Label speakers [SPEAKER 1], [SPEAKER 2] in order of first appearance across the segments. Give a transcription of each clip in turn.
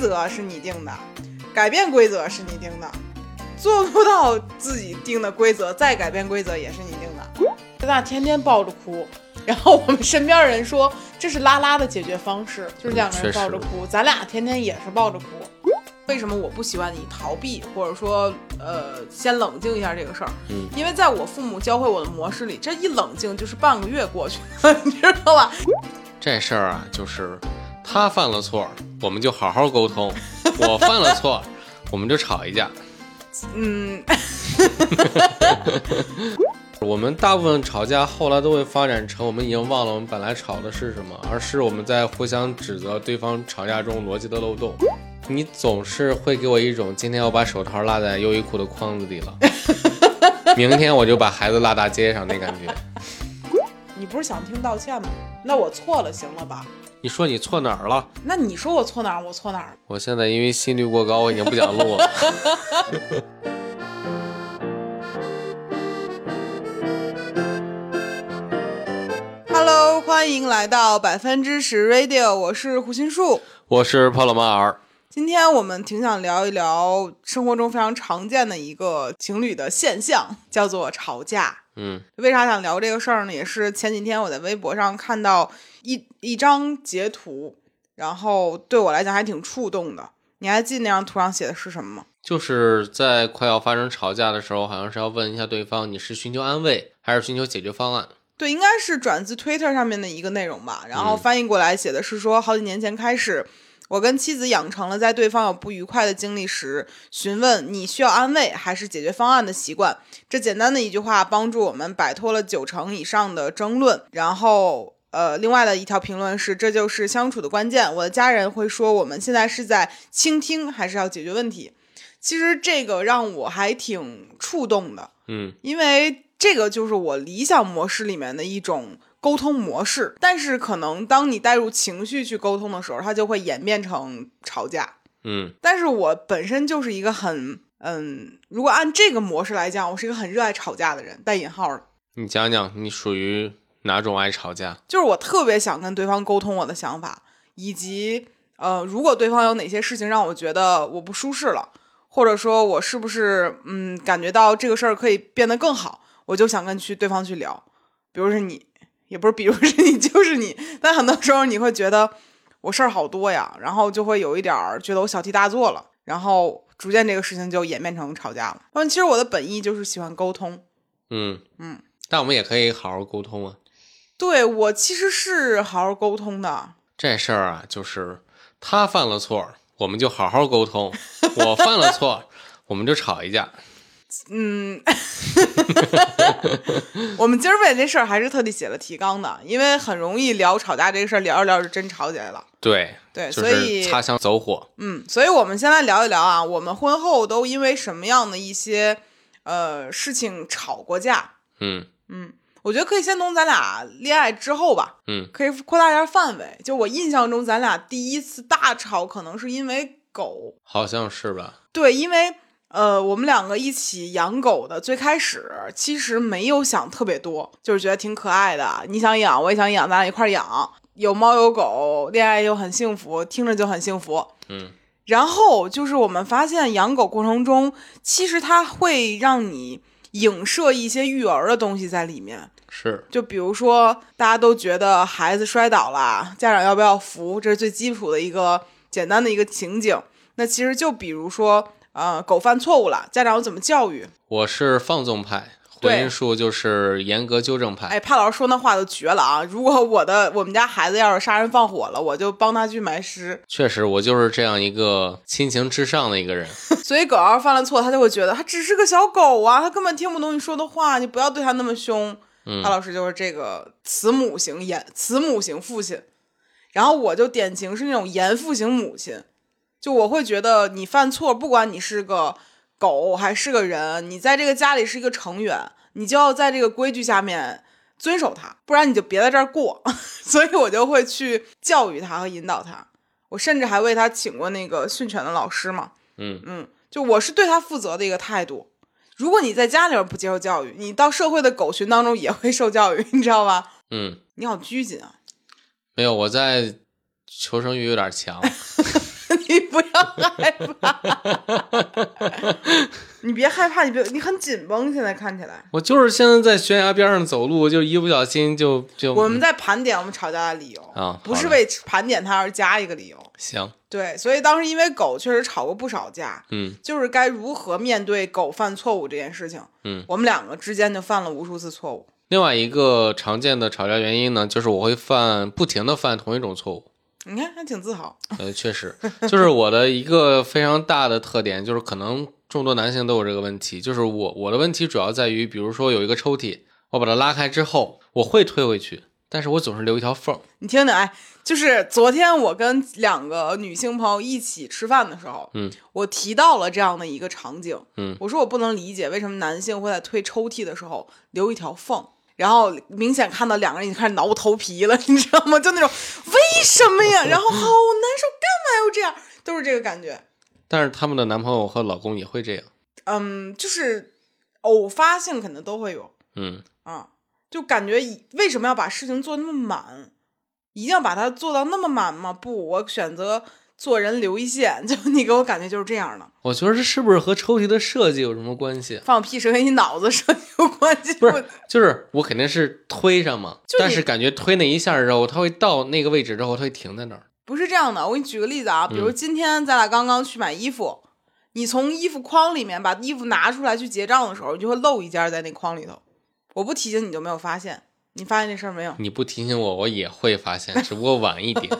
[SPEAKER 1] 则是你定的，改变规则是你定的，做不到自己定的规则，再改变规则也是你定的。咱俩天天抱着哭，然后我们身边人说这是拉拉的解决方式，就是两个人
[SPEAKER 2] 嗯确实
[SPEAKER 1] 抱着哭，咱俩天天也是抱着哭。为什么我不喜欢你逃避，或者说，呃，先冷静一下这个事儿？
[SPEAKER 2] 嗯，
[SPEAKER 1] 因为在我父母教会我的模式里，这一冷静就是半个月过去了， 你知道吧？
[SPEAKER 2] 这事儿啊，就是他犯了错，我们就好好沟通；我犯了错，我们就吵一架。
[SPEAKER 1] 嗯，
[SPEAKER 2] 我们大部分吵架后来都会发展成我们已经忘了我们本来吵的是什么，而是我们在互相指责对方吵架中逻辑的漏洞。你总是会给我一种今天我把手套落在优衣库的筐子里了，明天我就把孩子落大街上那感觉。
[SPEAKER 1] 你不是想听道歉吗？那我错了，行了吧？
[SPEAKER 2] 你说你错哪儿了？
[SPEAKER 1] 那你说我错哪儿，我错哪儿？
[SPEAKER 2] 我现在因为心率过高，我已经不想录了。
[SPEAKER 1] Hello，欢迎来到百分之十 Radio，我是胡心树。
[SPEAKER 2] 我是帕洛马尔，
[SPEAKER 1] 今天我们挺想聊一聊生活中非常常见的一个情侣的现象，叫做吵架。
[SPEAKER 2] 嗯
[SPEAKER 1] 为啥想聊这个事儿呢？也是前几天我在微博上看到一一张截图，然后对我来讲还挺触动的。你还记得那张图上写的是什么吗？
[SPEAKER 2] 就是在快要发生吵架的时候，好像是要问一下对方，你是寻求安慰还是寻求解决方案？
[SPEAKER 1] 对，应该是转自 Twitter 上面的一个内容吧。然后翻译过来写的是说，好几年前开始，我跟妻子养成了在对方有不愉快的经历时，询问你需要安慰还是解决方案的习惯。这简单的一句话，帮助我们摆脱了九成以上的争论。然后。呃，另外的一条评论是，这就是相处的关键。我的家人会说，我们现在是在倾听，还是要解决问题？其实这个让我还挺触动的，
[SPEAKER 2] 嗯，
[SPEAKER 1] 因为这个就是我理想模式里面的一种沟通模式。但是可能当你带入情绪去沟通的时候，它就会演变成吵架。
[SPEAKER 2] 嗯，
[SPEAKER 1] 但是我本身就是一个很嗯，如果按这个模式来讲，我是一个很热爱吵架的人，带引号的，
[SPEAKER 2] 你讲讲你属于哪种爱吵架？
[SPEAKER 1] 就是我特别想跟对方沟通我的想法，以及呃，如果对方有哪些事情让我觉得我不舒适了，或者说我是不是嗯感觉到这个事儿可以变得更好，我就想跟去对方去聊。比如是你，也不是，比如是你， 就是你。但很多时候你会觉得我事儿好多呀，然后就会有一点儿觉得我小题大做了，然后逐渐这个事情就演变成吵架了。嗯但其实我的本意就是喜欢沟通，
[SPEAKER 2] 嗯
[SPEAKER 1] 嗯，
[SPEAKER 2] 但我们也可以好好沟通啊。
[SPEAKER 1] 对我其实是好好沟通的。
[SPEAKER 2] 这事儿啊，就是他犯了错，我们就好好沟通；我犯了错，我们就吵一架。
[SPEAKER 1] 嗯，我们今儿为这事儿还是特地写了提纲的，因为很容易聊吵架这个事儿，聊着聊着真吵起来了。
[SPEAKER 2] 对，
[SPEAKER 1] 对，
[SPEAKER 2] 就
[SPEAKER 1] 所以
[SPEAKER 2] 是擦枪走火。
[SPEAKER 1] 嗯，所以我们先来聊一聊啊，我们婚后都因为什么样的一些呃事情吵过架？
[SPEAKER 2] 嗯
[SPEAKER 1] 嗯，我觉得可以先从咱俩恋爱之后吧，
[SPEAKER 2] 嗯，
[SPEAKER 1] 可以扩大一下范围。就我印象中，咱俩第一次大吵可能是因为狗，
[SPEAKER 2] 好像是吧？
[SPEAKER 1] 对，因为呃，我们两个一起养狗的，最开始其实没有想特别多，就是觉得挺可爱的，啊你想养我也想养，咱俩一块儿养，有猫有狗，恋爱又很幸福，听着就很幸福。
[SPEAKER 2] 嗯
[SPEAKER 1] 然后就是我们发现养狗过程中，其实它会让你影射一些育儿的东西在里面。
[SPEAKER 2] 是。
[SPEAKER 1] 就比如说，大家都觉得孩子摔倒了，家长要不要扶？这是最基础的一个简单的一个情景。那其实就比如说，呃，狗犯错误了，家长要怎么教育？
[SPEAKER 2] 我是放纵派，回
[SPEAKER 1] 对
[SPEAKER 2] 音术就是严格纠正派。
[SPEAKER 1] 哎，帕老师说那话都绝了啊！如果我的我们家孩子要是杀人放火了，我就帮他去埋尸。
[SPEAKER 2] 确实，我就是这样一个亲情至上的一个人。
[SPEAKER 1] 所以狗要是犯了错，他就会觉得它只是个小狗啊，它根本听不懂你说的话，你不要对它那么凶。
[SPEAKER 2] 嗯
[SPEAKER 1] 潘老师就是这个慈母型严慈母型父亲，然后我就典型是那种严父型母亲，就我会觉得你犯错，不管你是个狗还是个人，你在这个家里是一个成员，你就要在这个规矩下面遵守它，不然你就别在这儿过。 所以我就会去教育他和引导他，我甚至还为他请过那个训犬的老师嘛。
[SPEAKER 2] 嗯
[SPEAKER 1] 嗯，就我是对他负责的一个态度。如果你在家里边不接受教育，你到社会的狗群当中也会受教育，你知道吧？
[SPEAKER 2] 嗯，
[SPEAKER 1] 你好拘谨啊！
[SPEAKER 2] 没有，我在求生欲有点强。
[SPEAKER 1] 你不要害怕，你别害怕，你别，你很紧绷，现在看起来。
[SPEAKER 2] 我就是现在在悬崖边上走路，就一不小心就就嗯
[SPEAKER 1] 我们在盘点我们吵架的理由
[SPEAKER 2] 啊
[SPEAKER 1] 不是
[SPEAKER 2] 好的
[SPEAKER 1] 为盘点它而加一个理由。
[SPEAKER 2] 行，
[SPEAKER 1] 对，所以当时因为狗确实吵过不少架，
[SPEAKER 2] 嗯
[SPEAKER 1] 就是该如何面对狗犯错误这件事情。
[SPEAKER 2] 嗯，
[SPEAKER 1] 我们两个之间就犯了无数次错误。
[SPEAKER 2] 另外一个常见的吵架原因呢，就是我会犯不停的犯同一种错误。
[SPEAKER 1] 你看，还挺自豪。
[SPEAKER 2] 呃，确实，就是我的一个非常大的特点，就是可能众多男性都有这个问题，就是我我的问题主要在于，比如说有一个抽屉，我把它拉开之后，我会推回去，但是我总是留一条缝儿。
[SPEAKER 1] 你听听，哎，就是昨天我跟两个女性朋友一起吃饭的时候，
[SPEAKER 2] 嗯，
[SPEAKER 1] 我提到了这样的一个场景，
[SPEAKER 2] 嗯
[SPEAKER 1] 我说我不能理解为什么男性会在推抽屉的时候留一条缝。然后明显看到两个人已经开始挠头皮了， 你知道吗？就那种为什么呀？然后好难受，干嘛要这样？都是这个感觉。
[SPEAKER 2] 但是他们的男朋友和老公也会这样，
[SPEAKER 1] 嗯，就是偶发性可能都会有
[SPEAKER 2] 嗯，
[SPEAKER 1] 啊，就感觉以为什么要把事情做那么满，一定要把它做到那么满吗？不，我选择做人留一线， 就你给我感觉就是这样的，
[SPEAKER 2] 我觉得这是不是和抽屉的设计有什么关系？
[SPEAKER 1] 放屁是跟你脑子设计有关系，
[SPEAKER 2] 不
[SPEAKER 1] 我
[SPEAKER 2] 是，就是我肯定是推上嘛，
[SPEAKER 1] 就
[SPEAKER 2] 但
[SPEAKER 1] 你
[SPEAKER 2] 是感觉推那一下之后，它会到那个位置之后，它会停在那儿。
[SPEAKER 1] 不是这样的，我给你举个例子啊，比
[SPEAKER 2] 嗯
[SPEAKER 1] 如今天咱俩刚刚去买衣服，你从衣服筐里面把衣服拿出来去结账的时候，你就会漏一件在那筐里头，我不提醒你就没有发现，你发现这事儿没有？
[SPEAKER 2] 你不提醒我，我也会发现，只不过晚 一点。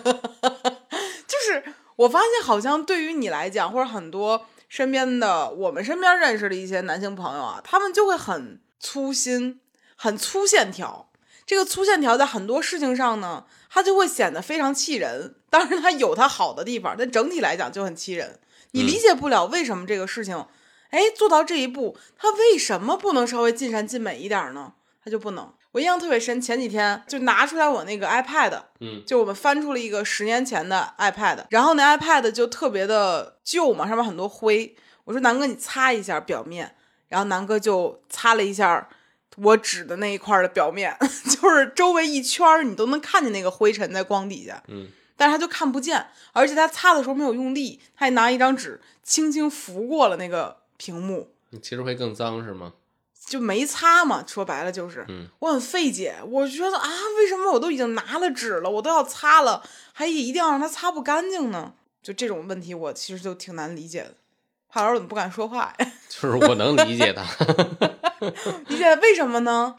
[SPEAKER 1] 就是我发现，好像对于你来讲，或者很多身边的我们身边认识的一些男性朋友啊，他们就会很粗心，很粗线条。这个粗线条在很多事情上呢，它就会显得非常气人。当然，它有它好的地方，但整体来讲就很气人。你理解不了为什么这个事情，哎，做到这一步，他为什么不能稍微尽善尽美一点儿呢？他就不能。我印象特别深，前几天就拿出来我那个 iPad，
[SPEAKER 2] 嗯，
[SPEAKER 1] 就我们翻出了一个十年前的 iPad，然后那 iPad 就特别的旧嘛，上面很多灰。我说南哥，你擦一下表面，然后南哥就擦了一下我指的那一块儿的表面， 就是周围一圈儿你都能看见那个灰尘在光底下。
[SPEAKER 2] 嗯，
[SPEAKER 1] 但是他就看不见，而且他擦的时候没有用力，他还拿一张纸轻轻拂过了那个屏幕，
[SPEAKER 2] 你其实会更脏是吗？
[SPEAKER 1] 就没擦嘛。说白了就是，
[SPEAKER 2] 嗯
[SPEAKER 1] 我很费解，我觉得啊，为什么我都已经拿了纸了，我都要擦了，还一定要让它擦不干净呢？就这种问题，我其实就挺难理解的。帕老师怎么不敢说话呀？
[SPEAKER 2] 就是我能理解他，
[SPEAKER 1] 理解为什么呢？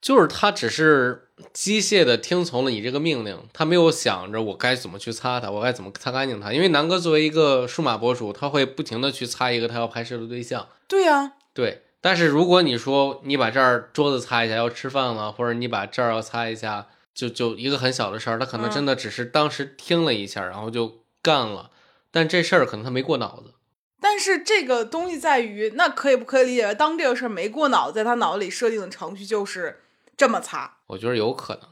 [SPEAKER 2] 就是他只是机械的听从了你这个命令，他没有想着我该怎么去擦它，我该怎么擦干净它。因为南哥作为一个数码博主，他会不停的去擦一个他要拍摄的对象，
[SPEAKER 1] 对呀、
[SPEAKER 2] 对。但是如果你说你把这儿桌子擦一下要吃饭了，或者你把这儿要擦一下，就就一个很小的事儿，他可能
[SPEAKER 1] 嗯
[SPEAKER 2] 真的只是当时听了一下，然后就干了。但这事儿可能他没过脑子，
[SPEAKER 1] 但是这个东西在于，那可以不可以理解为，当这个事儿没过脑子，在他脑子里设定的程序就是这么擦，
[SPEAKER 2] 我觉得有可能。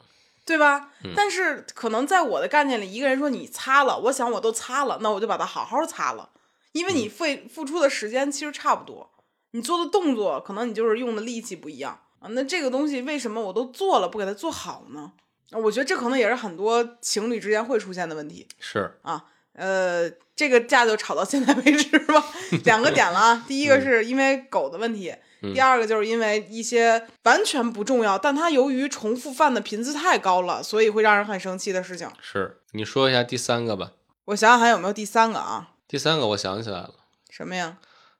[SPEAKER 1] 对吧？但是可能在我的概念里，一个人说你擦了，我想我都擦了，那我就把它好好擦了，因为你费付出的时间其实差不多，你做的动作可能你就是用的力气不一样啊。那这个东西为什么我都做了，不给它做好呢？我觉得这可能也是很多情侣之间会出现的问题。
[SPEAKER 2] 是，
[SPEAKER 1] 啊，呃，这个架就吵到现在为止吧，两个点了啊。第一个是因为狗的问题，第二个就是因为一些完全不重要，但它由于重复犯的频次太高了，所以会让人很生气的事情。
[SPEAKER 2] 是，你说一下第三个吧。
[SPEAKER 1] 我想想还有没有第三个啊？
[SPEAKER 2] 第三个我想起来了，
[SPEAKER 1] 什么呀？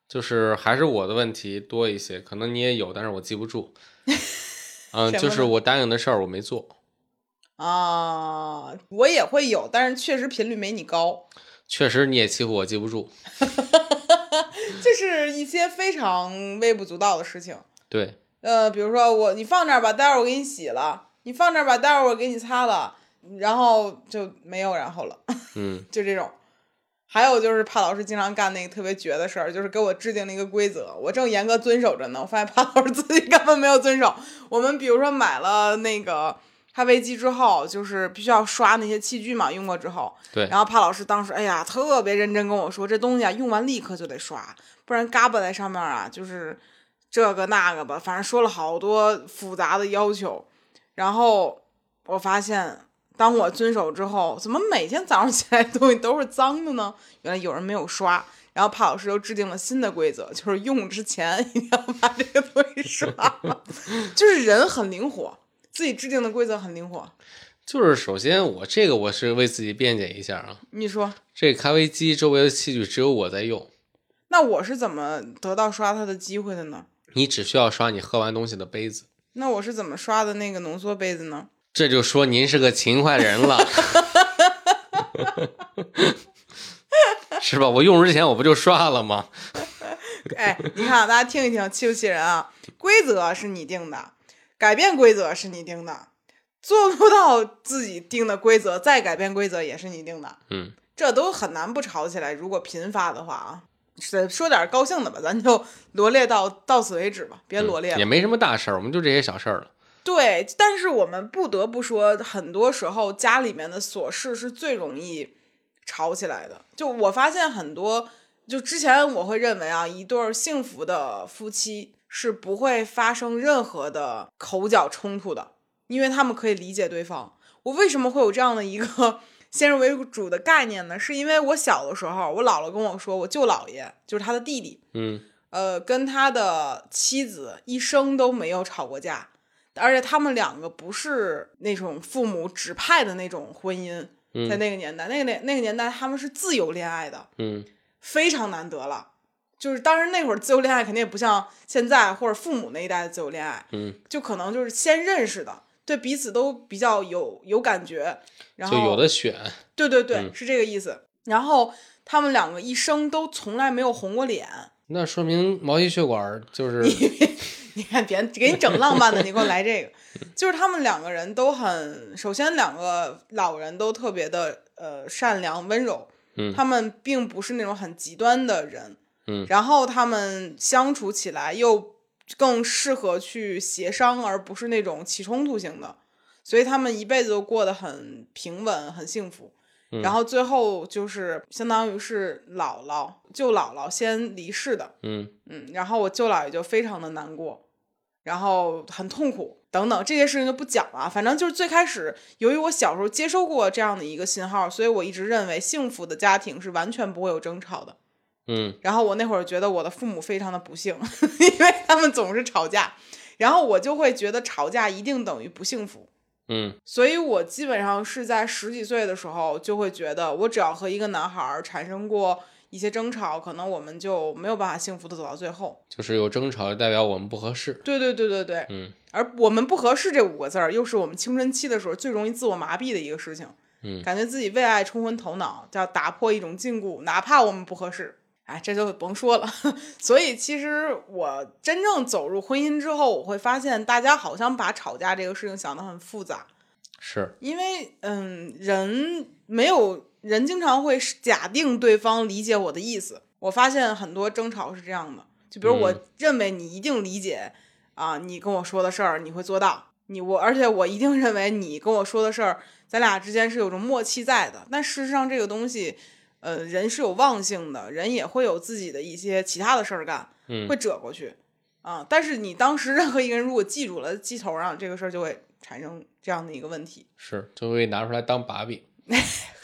[SPEAKER 2] 就是还是我的问题多一些，可能你也有，但是我记 不住。嗯，
[SPEAKER 1] 什么
[SPEAKER 2] 就
[SPEAKER 1] 呢
[SPEAKER 2] 是我答应的事儿我没做，
[SPEAKER 1] 啊，我也会有，但是确实频率没你高，
[SPEAKER 2] 确实你也欺负我记不住。
[SPEAKER 1] 这是一些非常微不足道的事情。
[SPEAKER 2] 对，
[SPEAKER 1] 呃，比如说我你放这儿吧，待会儿我给你洗了；你放这儿吧，待会儿我给你擦了，然后就没有然后了。
[SPEAKER 2] 嗯，
[SPEAKER 1] 就这种。还有就是帕老师经常干那个特别绝的事儿，就是给我制定了一个规则，我正严格遵守着呢。我发现帕老师 自己根本没有遵守。我们比如说买了那个咖啡机之后，就是必须要刷那些器具嘛，用过之后，
[SPEAKER 2] 对
[SPEAKER 1] 然后帕老师当时哎呀特别认真跟我说，这东西啊用完立刻就得刷，不然嘎巴在上面啊就是这个那个吧，反正说了好多复杂的要求。然后我发现当我遵守之后，怎么每天早上起来的东西都是脏的呢？原来有人没有刷。然后帕老师又制定了新的规则，就是用之前一定要把这个东西刷了。就是人很灵活，自己制定的规则很灵活。
[SPEAKER 2] 就是首先我这个我是为自己辩解一下啊，
[SPEAKER 1] 你说，
[SPEAKER 2] 这咖啡机周围的器具只有我在用，
[SPEAKER 1] 那我是怎么得到刷它的机会的呢？
[SPEAKER 2] 你只需要刷你喝完东西的杯子。
[SPEAKER 1] 那我是怎么刷的那个浓缩杯子呢？
[SPEAKER 2] 这就说您是个勤快人了， 是吧？我用之前我不就刷了吗？
[SPEAKER 1] 哎，你看，大家听一听，气不气人啊？规则是你定的，改变规则是你定的，做不到自己定的规则，再改变规则也是你定的，
[SPEAKER 2] 嗯，
[SPEAKER 1] 这都很难不吵起来。如果频发的话啊，是说点高兴的吧，咱就罗列到到此为止吧，别罗列了。
[SPEAKER 2] 也没什么大事儿，我们就这些小事儿了。
[SPEAKER 1] 对，但是我们不得不说，很多时候家里面的琐事是最容易吵起来的。就我发现很多，就之前我会认为啊，一对儿幸福的夫妻是不会发生任何的口角冲突的，因为他们可以理解对方。我为什么会有这样的一个 先入为主的概念呢？是因为我小的时候，我姥姥跟我说，我舅姥爷就是他的弟弟，
[SPEAKER 2] 嗯，
[SPEAKER 1] 呃，跟他的妻子一生都没有吵过架，而且他们两个不是那种父母指派的那种婚姻，
[SPEAKER 2] 嗯
[SPEAKER 1] 在那个年代，那个那那个年代他们是自由恋爱的，
[SPEAKER 2] 嗯，
[SPEAKER 1] 非常难得了。就是当时那会儿自由恋爱肯定也不像现在或者父母那一代的自由恋爱，
[SPEAKER 2] 嗯，
[SPEAKER 1] 就可能就是先认识的，对彼此都比较有有感觉，然
[SPEAKER 2] 就
[SPEAKER 1] 后
[SPEAKER 2] 有的嗯选，
[SPEAKER 1] 对对对，是这个意思。然后他们两个一生都从来没有红过脸，
[SPEAKER 2] 那说明毛细血管就是
[SPEAKER 1] 你看， 别给你整浪漫的，你给我来 这个。就是他们两个人都很，首先两个老人都特别的呃善良温柔，
[SPEAKER 2] 嗯
[SPEAKER 1] 他们并不是那种很极端的人，
[SPEAKER 2] 嗯
[SPEAKER 1] 然后他们相处起来又更适合去协商，而不是那种起冲突型的，所以他们一辈子都过得很平稳，很幸福。
[SPEAKER 2] 嗯
[SPEAKER 1] 然后最后就是相当于是姥姥舅姥姥先离世的，
[SPEAKER 2] 嗯
[SPEAKER 1] 嗯，然后我舅姥爷就非常的难过，然后很痛苦等等这些事情就不讲了啊。反正就是最开始，由于我小时候接收过这样的一个信号，所以我一直认为幸福的家庭是完全不会有争吵的。
[SPEAKER 2] 嗯
[SPEAKER 1] 然后我那会儿觉得我的父母非常的不幸， 因为他们总是吵架，然后我就会觉得吵架一定等于不幸福。
[SPEAKER 2] 嗯
[SPEAKER 1] 所以我基本上是在十几岁的时候就会觉得，我只要和一个男孩儿产生过一些争吵，可能我们就没有办法幸福的走到最后。
[SPEAKER 2] 就是有争吵，就代表我们不合适。
[SPEAKER 1] 对对对对对，
[SPEAKER 2] 嗯，
[SPEAKER 1] 而我们不合适这五个字儿，又是我们青春期的时候最容易自我麻痹的一个事情。
[SPEAKER 2] 嗯
[SPEAKER 1] 感觉自己为爱冲昏头脑，叫打破一种禁锢，哪怕我们不合适，哎，这就甭说了。 所以其实我真正走入婚姻之后，我会发现大家好像把吵架这个事情想得很复杂，
[SPEAKER 2] 是，
[SPEAKER 1] 因为嗯，人没有人经常会是假定对方理解我的意思。我发现很多争吵是这样的，就比如我
[SPEAKER 2] 嗯
[SPEAKER 1] 认为你一定理解、啊，你跟我说的事儿你会做到，你我而且我一定认为你跟我说的事儿，咱俩之间是有种默契在的。但事实上这个东西，呃，人是有忘性的，人也会有自己的一些其他的事儿干，
[SPEAKER 2] 嗯
[SPEAKER 1] 会折过去啊。但是你当时任何一个人如果记住了记头上这个事儿，就会产生这样的一个问题。
[SPEAKER 2] 是，就会拿出来当把柄。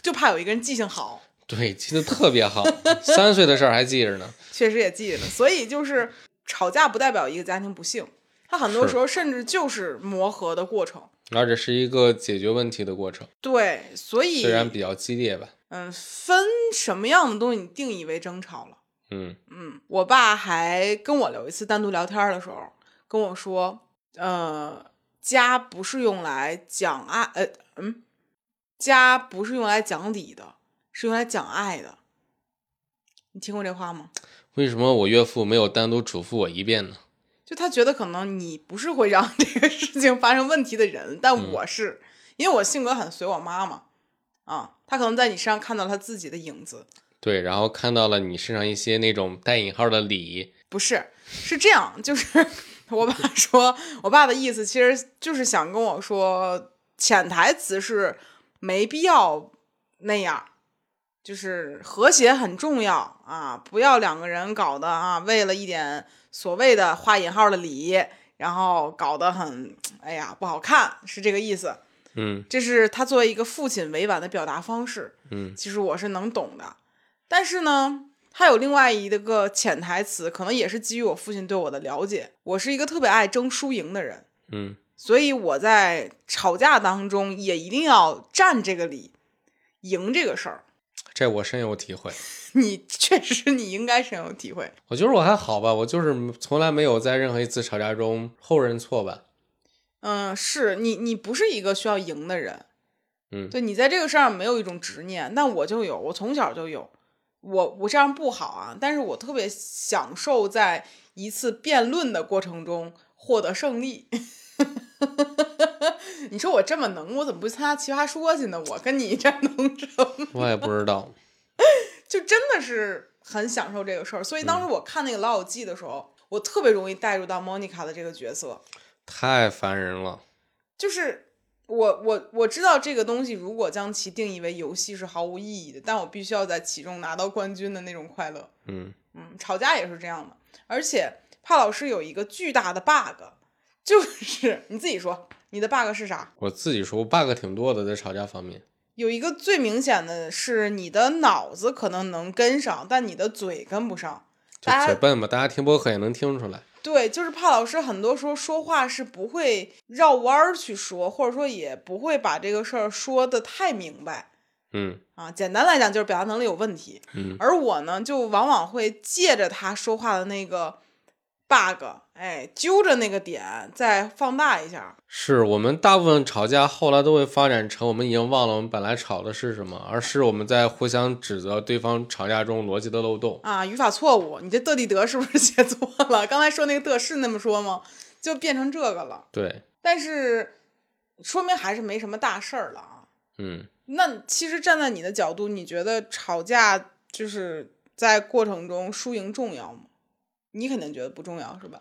[SPEAKER 1] 就怕有一个人记性好，
[SPEAKER 2] 对，记得特别好，三岁的事儿还记着呢。
[SPEAKER 1] 确实也记着呢。所以就是吵架不代表一个家庭不幸，它很多
[SPEAKER 2] 是
[SPEAKER 1] 时候甚至就是磨合的过程。
[SPEAKER 2] 而且是一个解决问题的过程，
[SPEAKER 1] 对，所以
[SPEAKER 2] 虽然比较激烈吧。
[SPEAKER 1] 嗯，分什么样的东西你定义为争吵了？
[SPEAKER 2] 嗯
[SPEAKER 1] 嗯，我爸还跟我有一次单独聊天儿的时候跟我说，呃，家不是用来讲爱，呃，嗯，家不是用来讲理的，是用来讲爱的。你听过这话吗？
[SPEAKER 2] 为什么我岳父没有单独嘱咐我一遍呢？
[SPEAKER 1] 就他觉得可能你不是会让 这个事情发生问题的人，但我是，因为我性格很随我妈嘛，啊，他可能在你身上看到他自己的影子，
[SPEAKER 2] 对，然后看到了你身上一些那种带引号的礼，
[SPEAKER 1] 不是，是这样，就是 我爸说，我爸的意思其实就是想跟我说，潜台词是没必要那样，就是和谐很重要啊，不要两个人搞得啊，为了一点所谓的画引号的礼，然后搞得很，哎呀不好看，是这个意思。
[SPEAKER 2] 嗯
[SPEAKER 1] 这是他作为一个父亲委婉的表达方式。
[SPEAKER 2] 嗯，
[SPEAKER 1] 其实我是能懂的，但是呢，他有另外一个潜台词，可能也是基于我父亲对我的了解。我是一个特别爱争输赢的人，
[SPEAKER 2] 嗯
[SPEAKER 1] 所以我在吵架当中也一定要占这个理，赢这个事儿。
[SPEAKER 2] 这我深有体会。
[SPEAKER 1] 你 确实你应该深有体会。
[SPEAKER 2] 我觉得我还好吧，我就是从来没有在任何一次吵架中后认错吧。
[SPEAKER 1] 嗯，是你，你不是一个需要赢的人，
[SPEAKER 2] 嗯
[SPEAKER 1] 对你在这个事儿上没有一种执念，但我就有，我从小就有，我我这样不好啊，但是我特别享受在一次辩论的过程中获得胜利。 你说我这么能，我怎么不参加奇葩说去呢？我跟你这能什么？
[SPEAKER 2] 我也不知道，
[SPEAKER 1] 就真的是很享受这个事儿，所以当时我看那个《老友记》的时候，我特别容易带入到 Monica 的这个角色，
[SPEAKER 2] 太烦人了。
[SPEAKER 1] 就是我我我知道这个东西，如果将其定义为游戏是毫无意义的，但我必须要在其中拿到冠军的那种快乐。
[SPEAKER 2] 嗯，
[SPEAKER 1] 嗯，吵架也是这样的，而且帕老师有一个巨大的 bug，就是你自己说你的 bug 是啥？
[SPEAKER 2] 我自己说我 bug 挺多的，在吵架方面。
[SPEAKER 1] 有一个最明显的是你的脑子可能能跟上，但你的嘴跟不上。
[SPEAKER 2] 就
[SPEAKER 1] 大家
[SPEAKER 2] 嘴笨吧，大家听播客也能听出来。
[SPEAKER 1] 对，就是帕老师很多时候说话是不会绕弯儿去说，或者说也不会把这个事儿说的太明白。
[SPEAKER 2] 嗯
[SPEAKER 1] 啊，简单来讲就是表达能力有问题。
[SPEAKER 2] 嗯
[SPEAKER 1] 而我呢，就往往会借着他说话的那个 bug，哎，揪着那个点再放大一下。
[SPEAKER 2] 是我们大部分吵架后来都会发展成我们已经忘了我们本来吵的是什么，而是我们在互相指责对方吵架中逻辑的漏洞。
[SPEAKER 1] 啊，语法错误，你这的地得是不是写错了？刚才说那个的是那么说吗？就变成这个了。
[SPEAKER 2] 对，
[SPEAKER 1] 但是说明还是没什么大事儿了啊。
[SPEAKER 2] 嗯，
[SPEAKER 1] 那其实站在你的角度，你觉得吵架就是在过程中输赢重要吗？你肯定觉得不重要是吧？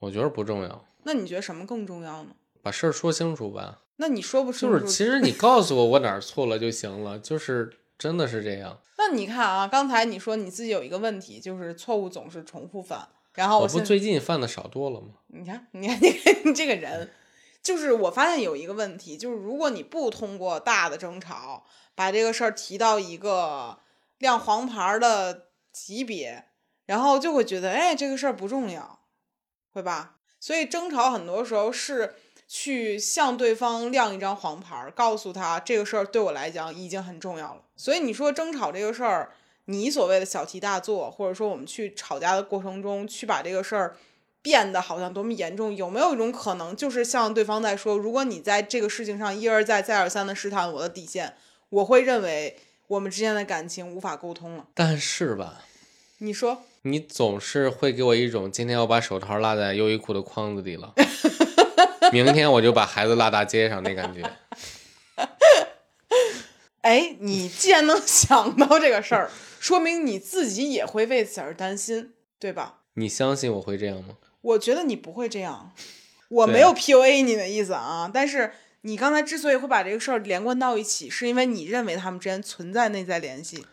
[SPEAKER 2] 我觉得不重要，
[SPEAKER 1] 那你觉得什么更重要呢？
[SPEAKER 2] 把事儿说清楚吧。
[SPEAKER 1] 那你说不清
[SPEAKER 2] 就
[SPEAKER 1] 楚
[SPEAKER 2] 是其实你告诉我我哪儿错了就行了，就是真的是这样。
[SPEAKER 1] 那你看啊，刚才你说你自己有一个问题，就是错误总是重复犯。然后
[SPEAKER 2] 我
[SPEAKER 1] 哦现
[SPEAKER 2] 不最近犯的少多了吗？
[SPEAKER 1] 你看，你看，你看，你这个人，就是我发现有一个问题，就是如果你不通过大的争吵把这个事儿提到一个亮黄牌儿的级别，然后就会觉得，哎，这个事儿不重要，会吧？所以争吵很多时候是去向对方亮一张黄牌儿，告诉他这个事儿对我来讲已经很重要了。所以你说争吵这个事儿，你所谓的小题大做，或者说我们去吵架的过程中去把这个事儿变得好像多么严重，有没有一种可能，就是像对方在说，如果你在这个事情上一而再、再而三的试探我的底线，我会认为我们之间的感情无法沟通了。
[SPEAKER 2] 但是吧，
[SPEAKER 1] 你说，
[SPEAKER 2] 你总是会给我一种今天要把手套落在优衣库的筐 子里了，明天我就把孩子落大街上那感觉。
[SPEAKER 1] 哎，你既然能 想到这个事儿，说明你自己也会为此而担心，对吧？
[SPEAKER 2] 你相信我会这样吗？
[SPEAKER 1] 我觉得你不会这样，我
[SPEAKER 2] 对
[SPEAKER 1] 没有 PUA 你的意思啊，但是。你刚才之所以会把这个事儿连贯到一起，是因为你认为他们之间存在内在联系。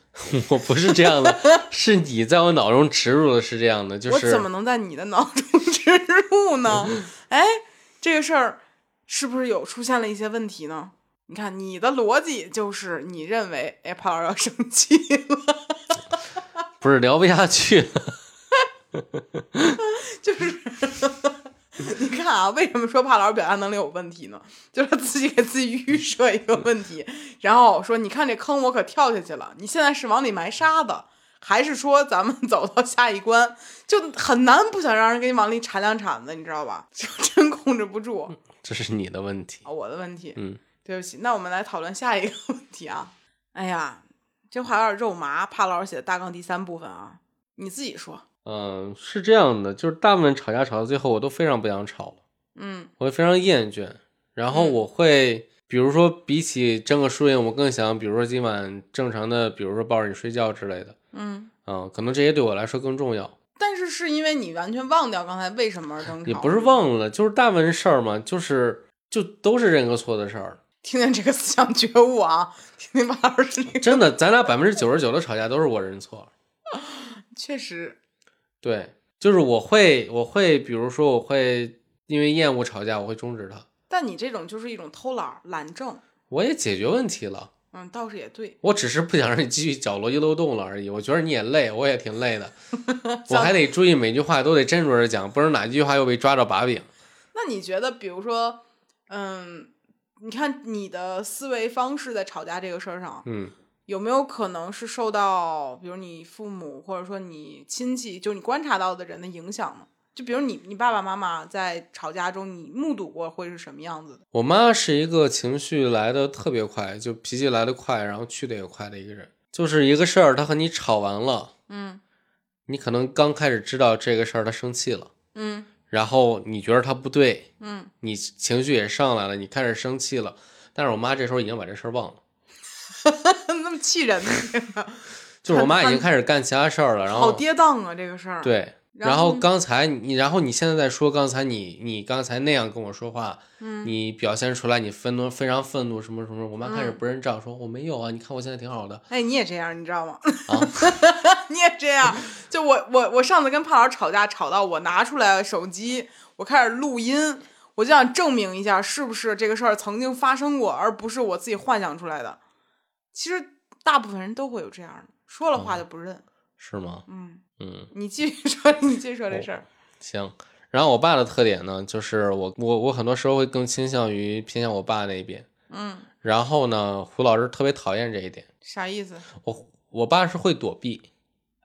[SPEAKER 2] 我不是这样的，是你在我脑中植入的是这样的，就
[SPEAKER 1] 我
[SPEAKER 2] 是
[SPEAKER 1] 怎么能在你的脑中 植入 呢？哎，这个事儿是不是有出现了一些问题呢？你看，你的逻辑就是你认为哎 Apple 要生气了，
[SPEAKER 2] 不是聊不下去了。
[SPEAKER 1] 就是你看啊，为什么说帕老师表达能力有问题呢？就是他自己给自己预设一个问题，然后说你看这坑我可跳下去了，你现在是往里埋沙子，还是说咱们 走到下一关，就很难不想让人给你往里铲两铲子，你知道吧？ 就真控制不住。
[SPEAKER 2] 这是你的问题
[SPEAKER 1] 啊，。我的问题，
[SPEAKER 2] 嗯，
[SPEAKER 1] 对不起，那我们来讨论下一个问题啊。哎呀，这话有点肉麻，怕老师写的大纲第三部分啊，你自己说，
[SPEAKER 2] 嗯，是这样的，就是大部分吵架吵到最后，我都非常不想吵了，
[SPEAKER 1] 嗯
[SPEAKER 2] 我会非常厌倦。然后我会，比如说，比起争个输赢，我更想，比如说今晚正常的，比如说抱着你睡觉之类的。
[SPEAKER 1] 嗯，
[SPEAKER 2] 嗯，可能这些对我来说更重要。
[SPEAKER 1] 但是是因为你完全忘掉刚才为什么而争吵，
[SPEAKER 2] 也不是，忘了，就是大部分事儿嘛，就是就都是认个错的事儿。
[SPEAKER 1] 听听这个思想觉悟啊，听听怕老师这个，
[SPEAKER 2] 真的，咱俩百分之九十九的吵架都是我认错。
[SPEAKER 1] 确实，
[SPEAKER 2] 对，就是我会，我会，比如说我会因为厌恶吵架，我会终止它。
[SPEAKER 1] 但你这种就是一种偷懒儿、懒政，
[SPEAKER 2] 我也解决问题了。
[SPEAKER 1] 嗯，倒是也对。
[SPEAKER 2] 我只是不想让你继续搅逻辑漏洞了而已。我觉得你也累，我也挺累的，我还得注意每句话都得斟酌着讲，不然哪句话又被抓着把柄。
[SPEAKER 1] 那你觉得，比如说，嗯，你看你的思维方式在吵架这个事儿上，
[SPEAKER 2] 嗯，
[SPEAKER 1] 有没有可能是受到，比如你父母或者说你亲戚，就是你观察到的人的影响呢？就比如你，你爸爸妈妈在吵架中，你目睹过会是什么样子的？
[SPEAKER 2] 我妈是一个情绪来的特别快，就脾气来的快，然后去的也快的一个人。就是一个事儿，她和你吵完了，
[SPEAKER 1] 嗯
[SPEAKER 2] 你可能刚开始知道这个事儿，她生气了，
[SPEAKER 1] 嗯
[SPEAKER 2] 然后你觉得她不对，
[SPEAKER 1] 嗯，
[SPEAKER 2] 你情绪也上来了，你开始生气了。但是我妈这时候已经把这事儿忘了，
[SPEAKER 1] 那么气人呢，这个
[SPEAKER 2] 就是我妈已
[SPEAKER 1] 她
[SPEAKER 2] 经开始干其他事儿 了，然
[SPEAKER 1] 好
[SPEAKER 2] 后
[SPEAKER 1] 跌宕啊，这个事儿。，
[SPEAKER 2] 对，
[SPEAKER 1] 然
[SPEAKER 2] 然后
[SPEAKER 1] 后
[SPEAKER 2] 刚才你，然后你现在在说刚才你你刚才那样跟我说话，
[SPEAKER 1] 嗯
[SPEAKER 2] 你表现出来你愤怒非常愤怒什么什么，我妈开始
[SPEAKER 1] 嗯
[SPEAKER 2] 不认账，说我没有啊，你看我现在挺好的
[SPEAKER 1] 哎，你也这样，你知道吗？
[SPEAKER 2] 啊，
[SPEAKER 1] 你也这样。就我我我上次跟胖老师吵架，吵到我拿出来手机，我开始录音，我就想证明一下是不是这个事儿曾经发生过，而不是我自己幻想出来的。其实大部分人都会有这样的，说了
[SPEAKER 2] 嗯
[SPEAKER 1] 话就不认。
[SPEAKER 2] 是吗？
[SPEAKER 1] 嗯，
[SPEAKER 2] 嗯，
[SPEAKER 1] 你继续说，你继续说
[SPEAKER 2] 哦
[SPEAKER 1] 这事儿。
[SPEAKER 2] 行。然后我爸的特点呢，就是我我我很多时候会更倾向于偏向我爸那边，
[SPEAKER 1] 嗯，
[SPEAKER 2] 然后呢，胡老师特别讨厌这一点，
[SPEAKER 1] 啥意思
[SPEAKER 2] 我我爸是会躲避，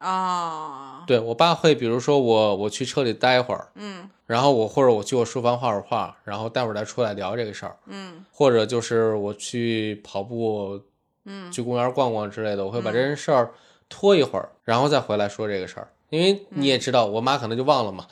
[SPEAKER 1] 啊？
[SPEAKER 2] 对我爸会比如说我我去车里待会儿，
[SPEAKER 1] 嗯
[SPEAKER 2] 然后我或者我去我书房画会儿画，然后待会儿再出来聊这个事儿。
[SPEAKER 1] 嗯
[SPEAKER 2] 或者就是我去跑步、
[SPEAKER 1] 嗯
[SPEAKER 2] 去公园逛逛之类的，我会把这件事儿拖一会儿，然后再回来说这个事儿。因为你也知道，我妈可能就忘了嘛。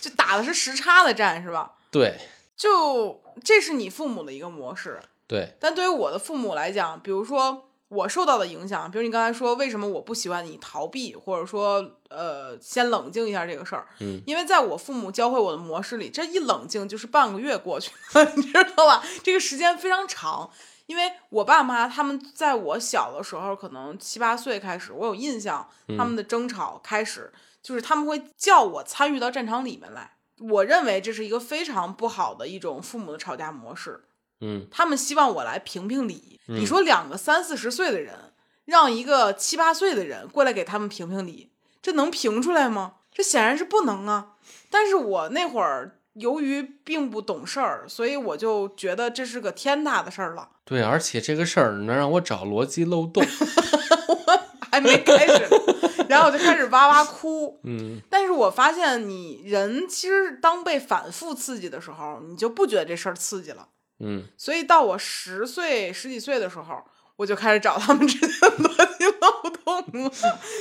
[SPEAKER 1] 就打的是时差的战是吧？
[SPEAKER 2] 对
[SPEAKER 1] 就这是你父母的一个模式。
[SPEAKER 2] 对，
[SPEAKER 1] 但对于我的父母来讲，比如说我受到的影响，比如你刚才说为什么我不喜欢你逃避，或者说呃先冷静一下这个事儿，
[SPEAKER 2] 嗯，
[SPEAKER 1] 因为在我父母教会我的模式里，这一冷静就是半个月过去了， 你知道吧？这个时间非常长。因为我爸妈他们在我小的时候，可能七八岁开始，我有印象，他们的争吵开始，就是他们会叫我参与到战场里面来。我认为这是一个非常不好的一种父母的吵架模式。
[SPEAKER 2] 嗯
[SPEAKER 1] 他们希望我来评评理。你说两个三四十岁的人，让一个七八岁的人过来给他们评评理，这能评出来吗？这显然是不能啊。但是我那会儿由于并不懂事儿，所以我就觉得这是个天大的事儿了，
[SPEAKER 2] 对，而且这个事儿能让我找逻辑漏洞。
[SPEAKER 1] 还没开始呢， 然后我就开始哇哇哭。
[SPEAKER 2] 嗯，
[SPEAKER 1] 但是我发现，你人其实当被反复刺激的时候，你就不觉得这事儿刺激了。
[SPEAKER 2] 嗯，
[SPEAKER 1] 所以到我十岁十几岁的时候，我就开始找他们之间的逻辑漏洞了。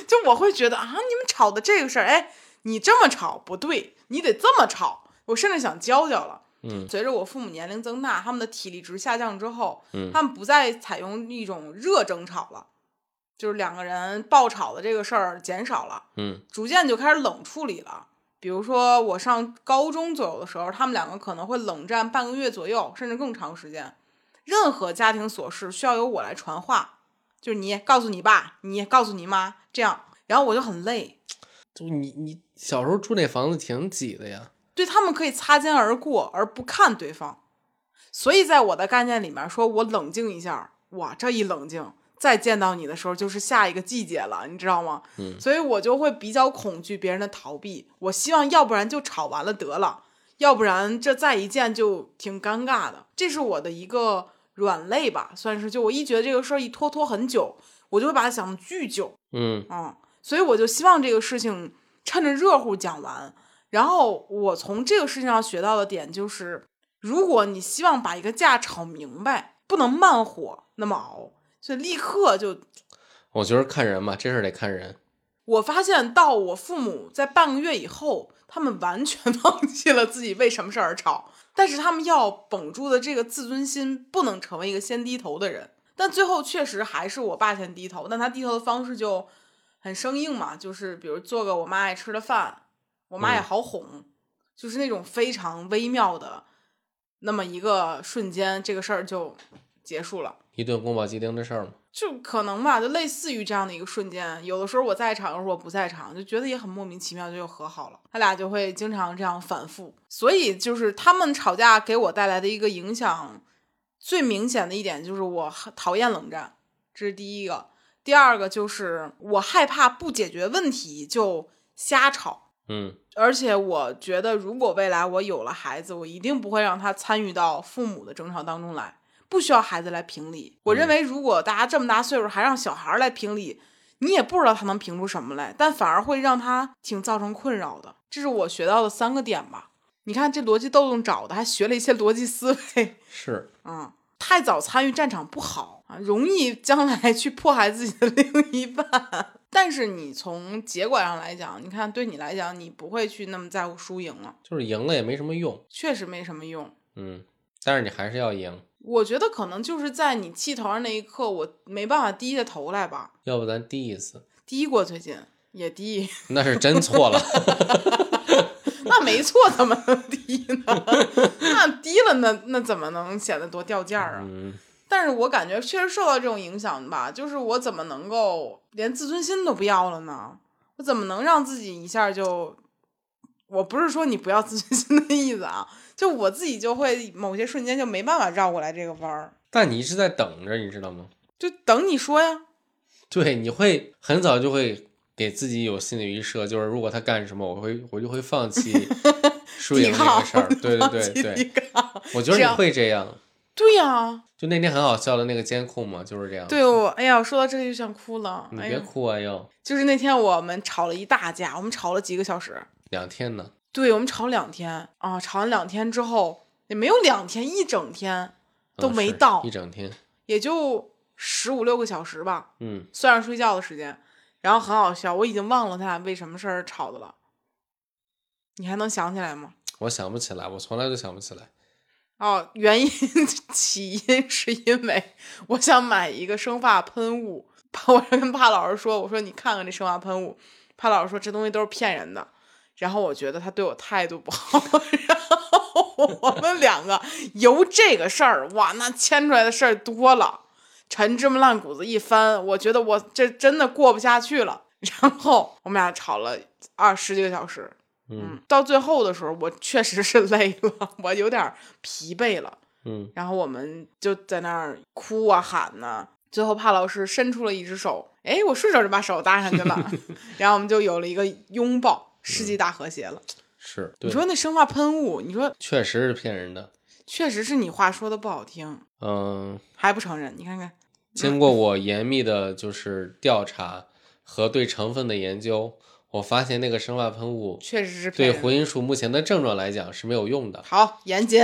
[SPEAKER 1] 就我会觉得啊，你们吵的这个事儿，哎，你这么吵不对，你得这么吵。我甚至想教教了。
[SPEAKER 2] 嗯，
[SPEAKER 1] 随着我父母年龄增大，他们的体力值下降之后，
[SPEAKER 2] 嗯
[SPEAKER 1] 他们不再采用一种热争吵了，就是两个人爆吵的这个事儿减少了。
[SPEAKER 2] 嗯，
[SPEAKER 1] 逐渐就开始冷处理了。比如说，我上高中左右的时候，他们两个可能会冷战半个月左右，甚至更长时间。任何家庭琐事需要由我来传话，就是你告诉你爸，你告诉你妈，这样，然后我就很累。
[SPEAKER 2] 就你你小时候住那房子挺挤的呀。
[SPEAKER 1] 对他们可以擦肩而过而不看对方，所以在我的概念里面，说我冷静一下，哇，这一冷静，再见到你的时候就是下一个季节了，你知道吗？
[SPEAKER 2] 嗯
[SPEAKER 1] 所以我就会比较恐惧别人的逃避，我希望要不然就吵完了得了，要不然这再一见就挺尴尬的，这是我的一个软肋吧，算是就我一觉得这个事儿一拖拖很久，我就会把它想得巨久，
[SPEAKER 2] 嗯
[SPEAKER 1] 嗯，所以我就希望这个事情趁着热乎讲完。然后我从这个事情上学到的点就是，如果你希望把一个架吵明白，不能慢火那么熬，所以立刻就。
[SPEAKER 2] 我觉得看人嘛，这事儿得看人。
[SPEAKER 1] 我发现到我父母在半个月以后，他们完全 忘记了自己为什么事儿吵，但是他们要绷住的这个自尊心，不能成为一个先低头的人。但最后确实还是我爸先低头，但他低头的方式就很生硬嘛，就是比如做个我妈爱吃的饭，我妈也
[SPEAKER 2] 嗯
[SPEAKER 1] 好哄，就是那种非常微妙的那么一个瞬间，这个事儿就结束了。
[SPEAKER 2] 一顿宫保鸡丁的事儿吗？
[SPEAKER 1] 就可能吧，就类似于这样的一个瞬间。有的时候我在场，有时候我不在场，就觉得也很莫名其妙，就又和好了。他俩就会经常这样反复，所以就是他们吵架给我带来的一个影响，最明显的一点就是我很讨厌冷战，这是第一个。第二个就是我害怕不解决问题就瞎吵，
[SPEAKER 2] 嗯
[SPEAKER 1] 而且我觉得，如果未来我有了孩子，我一定不会让他参与到父母的争吵当中来，不需要孩子来评理。我认为，如果大家这么大岁数还让小孩来评理，你也不知道他能评出什么来，但反而会让他挺造成困扰的。这是我学到的三个点吧。你看这逻辑豆豆找的，还学了一些逻辑思维，
[SPEAKER 2] 是。
[SPEAKER 1] 嗯，太早参与战场不好啊，容易将来去迫害自己的另一半。 但是你从结果上来讲，你看对你来讲，你不会去那么在乎输赢了，
[SPEAKER 2] 就是赢了也没什么用，
[SPEAKER 1] 确实没什么用。
[SPEAKER 2] 嗯，但是你还是要赢，
[SPEAKER 1] 我觉得可能就是在你气头上那一刻，我没办法低下头来吧，
[SPEAKER 2] 要不咱低一次，
[SPEAKER 1] 低过最近也低，
[SPEAKER 2] 那是真错了，
[SPEAKER 1] 那没错，怎么能低呢？ 那低了那那怎么能显得多掉价儿啊？
[SPEAKER 2] 嗯，
[SPEAKER 1] 但是我感觉确实受到这种影响吧，就是我怎么能够连自尊心都不要了呢？我怎么能让自己一下就……我不是说你不要自尊心的意思啊，就我自己就会某些瞬间就没办法绕过来这个弯儿，
[SPEAKER 2] 但你一直在等着，你知道吗？
[SPEAKER 1] 就等你说呀。
[SPEAKER 2] 对，你会很早就会给自己有心理预设，就是如果他干什么，我会我就会放 弃输赢
[SPEAKER 1] 抵
[SPEAKER 2] 这个
[SPEAKER 1] 抗
[SPEAKER 2] 事儿， 对对对嗯对，
[SPEAKER 1] 对，
[SPEAKER 2] 我觉
[SPEAKER 1] 这
[SPEAKER 2] 得你
[SPEAKER 1] 样
[SPEAKER 2] 会这样。
[SPEAKER 1] 对呀、
[SPEAKER 2] 就那天很好笑的那个监控嘛，就是这样。，
[SPEAKER 1] 对我，哎呀，说到这个就想哭了，
[SPEAKER 2] 你
[SPEAKER 1] 哎
[SPEAKER 2] 别
[SPEAKER 1] 呀，
[SPEAKER 2] 哭啊哟，
[SPEAKER 1] 就是那天我们吵了一大架，我们吵了几个小时，
[SPEAKER 2] 两天呢，
[SPEAKER 1] 对我们吵两天啊，吵完两天之后也没有两天，一整天都
[SPEAKER 2] 嗯
[SPEAKER 1] 没
[SPEAKER 2] 是
[SPEAKER 1] 到
[SPEAKER 2] 一整天，
[SPEAKER 1] 也就十五六个小时吧，
[SPEAKER 2] 嗯，
[SPEAKER 1] 算上睡觉的时间。然后很好笑，我已经忘了他俩为什么事儿吵的了。你还能想起来吗？
[SPEAKER 2] 我想不起来，我从来都想不起来。
[SPEAKER 1] 哦，原因 起因是因为我想买一个生发喷雾，我跟帕老师说，我说你看看这生发喷雾，帕老师说这东西都是骗人的。然后我觉得他对我态度不好， 然后我们两个由这个事儿，哇，那牵出来的事儿多了，陈芝麻烂谷子一翻，我觉得我这真的过不下去了。然后我们俩吵了二十几个小时，
[SPEAKER 2] 嗯
[SPEAKER 1] 嗯，到最后的时候，我确实是累了，我有点儿疲惫了。
[SPEAKER 2] 嗯，
[SPEAKER 1] 然后我们就在那儿哭啊喊呐、最后帕老师伸出了一只手，哎，我顺手就把手搭上去了， 然后我们就有了一个拥抱，世纪大和谐了。
[SPEAKER 2] 是，
[SPEAKER 1] 你
[SPEAKER 2] 嗯对，
[SPEAKER 1] 说那生化喷雾，你说
[SPEAKER 2] 确实是骗人的。
[SPEAKER 1] 确实是你话说的不好听，
[SPEAKER 2] 嗯，
[SPEAKER 1] 还不承认？你看看，
[SPEAKER 2] 经过我严密的就是调查和对成分的研究，我发现那个生发喷雾
[SPEAKER 1] 确实是
[SPEAKER 2] 对
[SPEAKER 1] 骗人。
[SPEAKER 2] 胡银树目前的症状来讲是没有用的。
[SPEAKER 1] 好，严谨。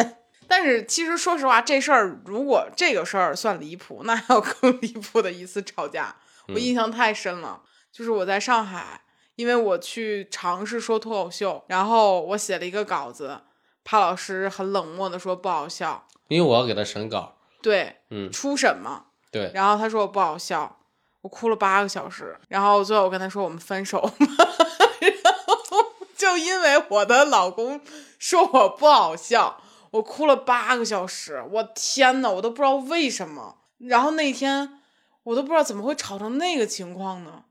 [SPEAKER 1] 但是其实说实话，这事儿如果这个事儿算离谱，那还有更离谱的一次吵架，我印象太深了。就是我在上海，因为我去尝试说脱口秀，然后我写了一个稿子，帕老师很冷漠的说不好笑，
[SPEAKER 2] 因为我要给他审稿，
[SPEAKER 1] 对，
[SPEAKER 2] 嗯，
[SPEAKER 1] 初审嘛，
[SPEAKER 2] 对，
[SPEAKER 1] 然后他说我不好笑，我哭了八个小时，然后最后我跟他说我们分手吧， 然后就因为我的老公说我不好笑，我哭了八个小时，我天呐，我都不知道为什么。然后那天我都不知道怎么会吵成那个情况呢，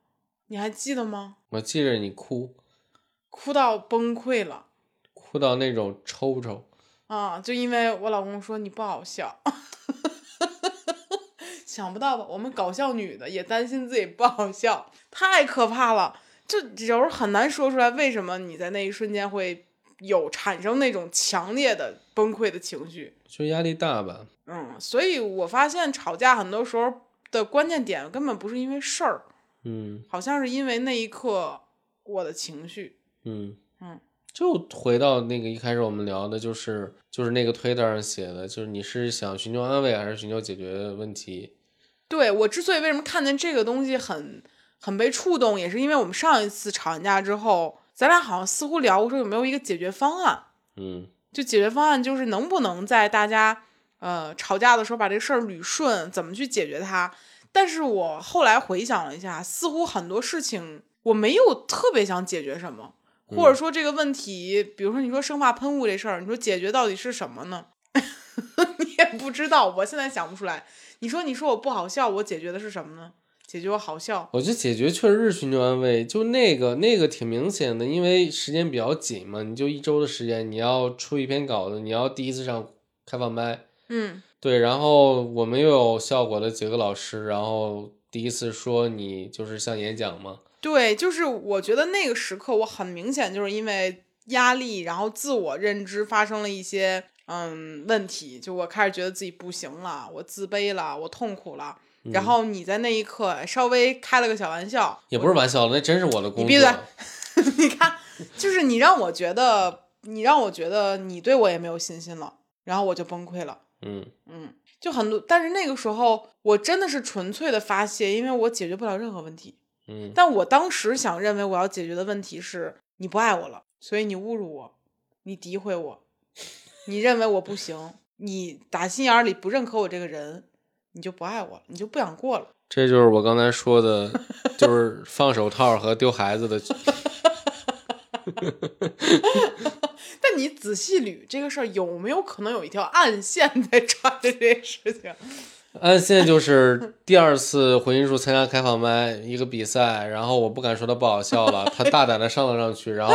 [SPEAKER 1] 你还记得吗？
[SPEAKER 2] 我记着你哭，
[SPEAKER 1] 哭到崩溃了
[SPEAKER 2] 哭到那种抽抽，
[SPEAKER 1] 啊！就因为我老公说你不好笑。 想不到吧？我们搞笑女的也担心自己不好笑，太可怕了。就有时候很难说出来为什么你在那一瞬间会有产生那种强烈的崩溃的情绪。
[SPEAKER 2] 就压力大吧。
[SPEAKER 1] 嗯，所以我发现吵架很多时候的关键点根本不是因为事儿，
[SPEAKER 2] 嗯
[SPEAKER 1] 好像是因为那一刻我的情绪。
[SPEAKER 2] 嗯
[SPEAKER 1] 嗯，
[SPEAKER 2] 就回到那个一开始我们聊的，就是就是那个推特上写的，就是你是想寻求安慰还是寻求解决问题？
[SPEAKER 1] 对我之所以为什么看见这个东西很很被触动，也是因为我们上一次吵完架之后，咱俩好像似乎聊过说有没有一个解决方案。
[SPEAKER 2] 嗯
[SPEAKER 1] 就解决方案就是能不能在大家呃吵架的时候把这事儿捋顺，怎么去解决它。但是我后来回想了一下，似乎很多事情我没有特别想解决什么，或者说这个问题，比如说你说生发喷雾 这事儿，你说解决到底是什么呢？你也不知道，我现在想不出来。你说你说我不好笑，我解决的是什么呢？解决我好笑。
[SPEAKER 2] 我觉得解决确实是寻求安慰，就那个那个挺明显的，因为时间比较紧嘛，你就一周的时间，你要出一篇稿子，你要第一次上开放麦，
[SPEAKER 1] 嗯，
[SPEAKER 2] 对，然后我们又有效果的几个老师，然后第一次说你就是像演讲嘛，
[SPEAKER 1] 对，就是我觉得那个时刻，我很明显就是因为压力，然后自我认知发生了一些嗯问题，就我开始觉得自己不行了，我自卑了，我痛苦了。然后你在那一刻哎稍微开了个小玩笑，
[SPEAKER 2] 也不是玩笑，那真是我的工作。
[SPEAKER 1] 你闭嘴你看，就是你让我觉得，你让我觉得你对我也没有信心了，然后我就崩溃了。
[SPEAKER 2] 嗯，
[SPEAKER 1] 嗯，就很多，但是那个时候我真的是纯粹的发泄，因为我解决不了任何问题。
[SPEAKER 2] 嗯，
[SPEAKER 1] 但我当时想认为我要解决的问题是你不爱我了，所以你侮辱我，你诋毁我，你认为我不行，你打心眼儿里不认可我这个人，你就不爱我了，你就不想过了。
[SPEAKER 2] 这就是我刚才说的，就是放手套和丢孩子的。
[SPEAKER 1] 但你仔细捋这个事儿，有没有可能有一条暗线在 抓着这些事情？
[SPEAKER 2] 按现在就是第二次回音树参加开放麦一个比赛，然后我不敢说他不好笑了，他大胆的上了上去，然后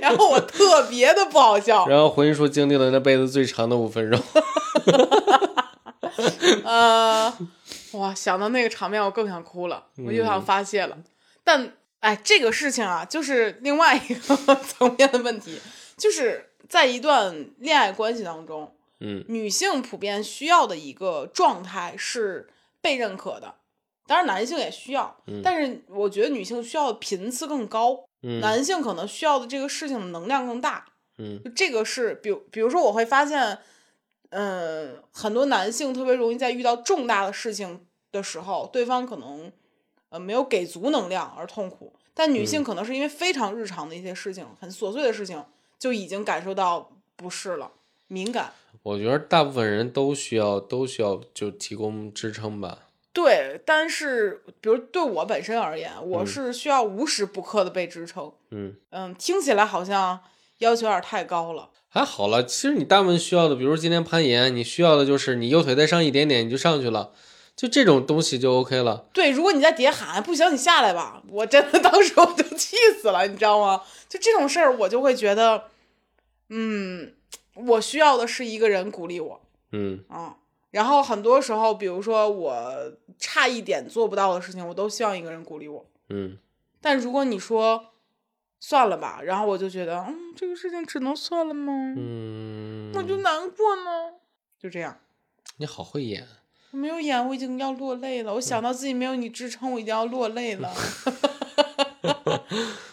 [SPEAKER 1] 然后我特别的不好笑，
[SPEAKER 2] 然后回音树经历了那辈子最长的五分钟。
[SPEAKER 1] 呃，哇，想到那个场面，我更想哭了，我就想发泄了。但哎，这个事情啊，就是另外一个 层面的问题，就是在一段恋爱关系当中，
[SPEAKER 2] 嗯，
[SPEAKER 1] 女性普遍需要的一个状态是被认可的，当然男性也需要，但是我觉得女性需要的频次更高，
[SPEAKER 2] 嗯
[SPEAKER 1] 男性可能需要的这个事情的能量更大。
[SPEAKER 2] 嗯，
[SPEAKER 1] 就这个是，比如比如说我会发现，嗯、很多男性特别容易在遇到重大的事情的时候，对方可能呃没有给足能量而痛苦，但女性可能是因为非常日常的一些事情，很琐碎的事情就已经感受到不适了，敏感。
[SPEAKER 2] 我觉得大部分人都需要都需要就提供支撑吧。
[SPEAKER 1] 对，但是比如对我本身而言，我是需要无时不刻的被支撑。
[SPEAKER 2] 嗯，
[SPEAKER 1] 嗯，听起来好像要求有点太高了。
[SPEAKER 2] 还好了。其实你大部分需要的，比如今天攀岩，你需要的就是你右腿再上一点点你就上去了，就这种东西就 OK 了。
[SPEAKER 1] 对，如果你在底下喊不行，你下来吧，我真的 当时我就气死了，你知道吗？就这种事儿，我就会觉得，嗯，我需要的是一个人鼓励我
[SPEAKER 2] 嗯
[SPEAKER 1] 啊、然后很多时候，比如说我差一点做不到的事情，我都希望一个人鼓励我。
[SPEAKER 2] 嗯，
[SPEAKER 1] 但如果你说算了吧，然后我就觉得，嗯，这个事情只能算了吗？
[SPEAKER 2] 嗯，
[SPEAKER 1] 我就难过呢，就这样。
[SPEAKER 2] 你好会演，
[SPEAKER 1] 我没有演，我已经要落泪了。我
[SPEAKER 2] 嗯
[SPEAKER 1] 想到自己没有你支撑，我已经要落泪 了。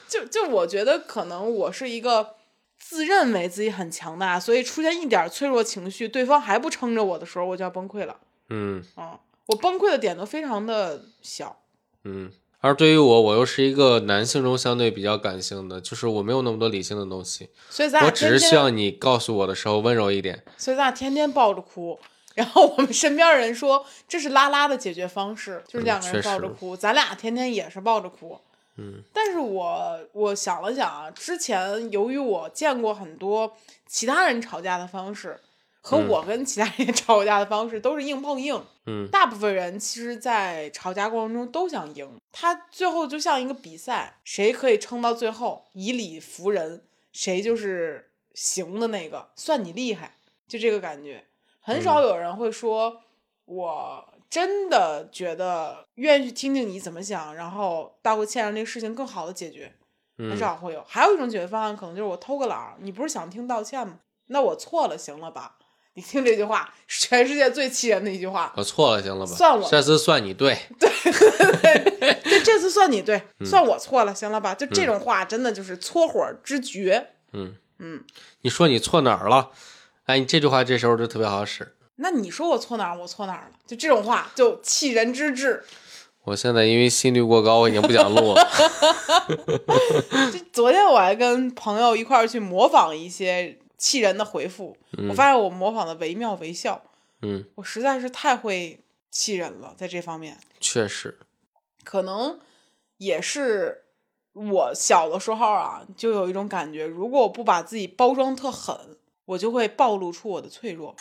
[SPEAKER 1] 就就我觉得，可能我是一个自认为自己很强大，所以出现一点儿脆弱情绪，对方还不撑着我的时候，我就要崩溃了。
[SPEAKER 2] 嗯
[SPEAKER 1] 嗯，我崩溃的点都非常的小。
[SPEAKER 2] 嗯。而对于我，我又是一个男性中相对比较感性的，就是我没有那么多理性的东西，
[SPEAKER 1] 所以咱俩
[SPEAKER 2] 我只
[SPEAKER 1] 天
[SPEAKER 2] 是希
[SPEAKER 1] 天，
[SPEAKER 2] 望你告诉我的时候温柔一点。
[SPEAKER 1] 所以咱俩天天抱着哭。然后我们身边人说，这是拉拉的解决方式，就是
[SPEAKER 2] 嗯
[SPEAKER 1] 两个人
[SPEAKER 2] 确实
[SPEAKER 1] 抱着哭，咱俩天天也是抱着哭。
[SPEAKER 2] 嗯
[SPEAKER 1] 但是我我想了想啊，之前由于我见过很多其他人吵架的方式，和
[SPEAKER 2] 嗯
[SPEAKER 1] 我跟其他人 吵架的方式都是硬碰硬。
[SPEAKER 2] 嗯
[SPEAKER 1] 大部分人其实，在吵架过程中都想赢，他最后就像一个比赛，谁可以撑到最后，以理服人，谁就是行的那个，算你厉害，就这个感觉。很少有人会说，我真的觉得愿意去听听你怎么想，然后道个歉，让这个事情更好的解决。很
[SPEAKER 2] 嗯
[SPEAKER 1] 少会有。还有一种解决方案，可能就是我偷个懒儿。你不是想听道歉吗？那我错了，行了吧？你听这句话，是全世界最气人的一句话。
[SPEAKER 2] 我错了，行了吧？
[SPEAKER 1] 算我
[SPEAKER 2] 下次算你对。
[SPEAKER 1] 这这次算你对，算我错了，行了吧？就这种话，真的就是搓火之绝。
[SPEAKER 2] 嗯
[SPEAKER 1] 嗯，
[SPEAKER 2] 你说你错哪儿了？哎，你这句话这时候就特别好使。
[SPEAKER 1] 那你说我错哪儿，我错哪儿了？就这种话，就气人之至。
[SPEAKER 2] 我现在因为心率过高，我已经不想录了。
[SPEAKER 1] 就昨天我还跟朋友一块儿去模仿一些气人的回复，我发现我模仿的惟妙惟肖，
[SPEAKER 2] 嗯，
[SPEAKER 1] 我实在是太会气人了，在这方面。
[SPEAKER 2] 确实，
[SPEAKER 1] 可能也是我小的时候啊，就有一种感觉，如果我不把自己包 装特狠，我就会暴露出我的脆弱，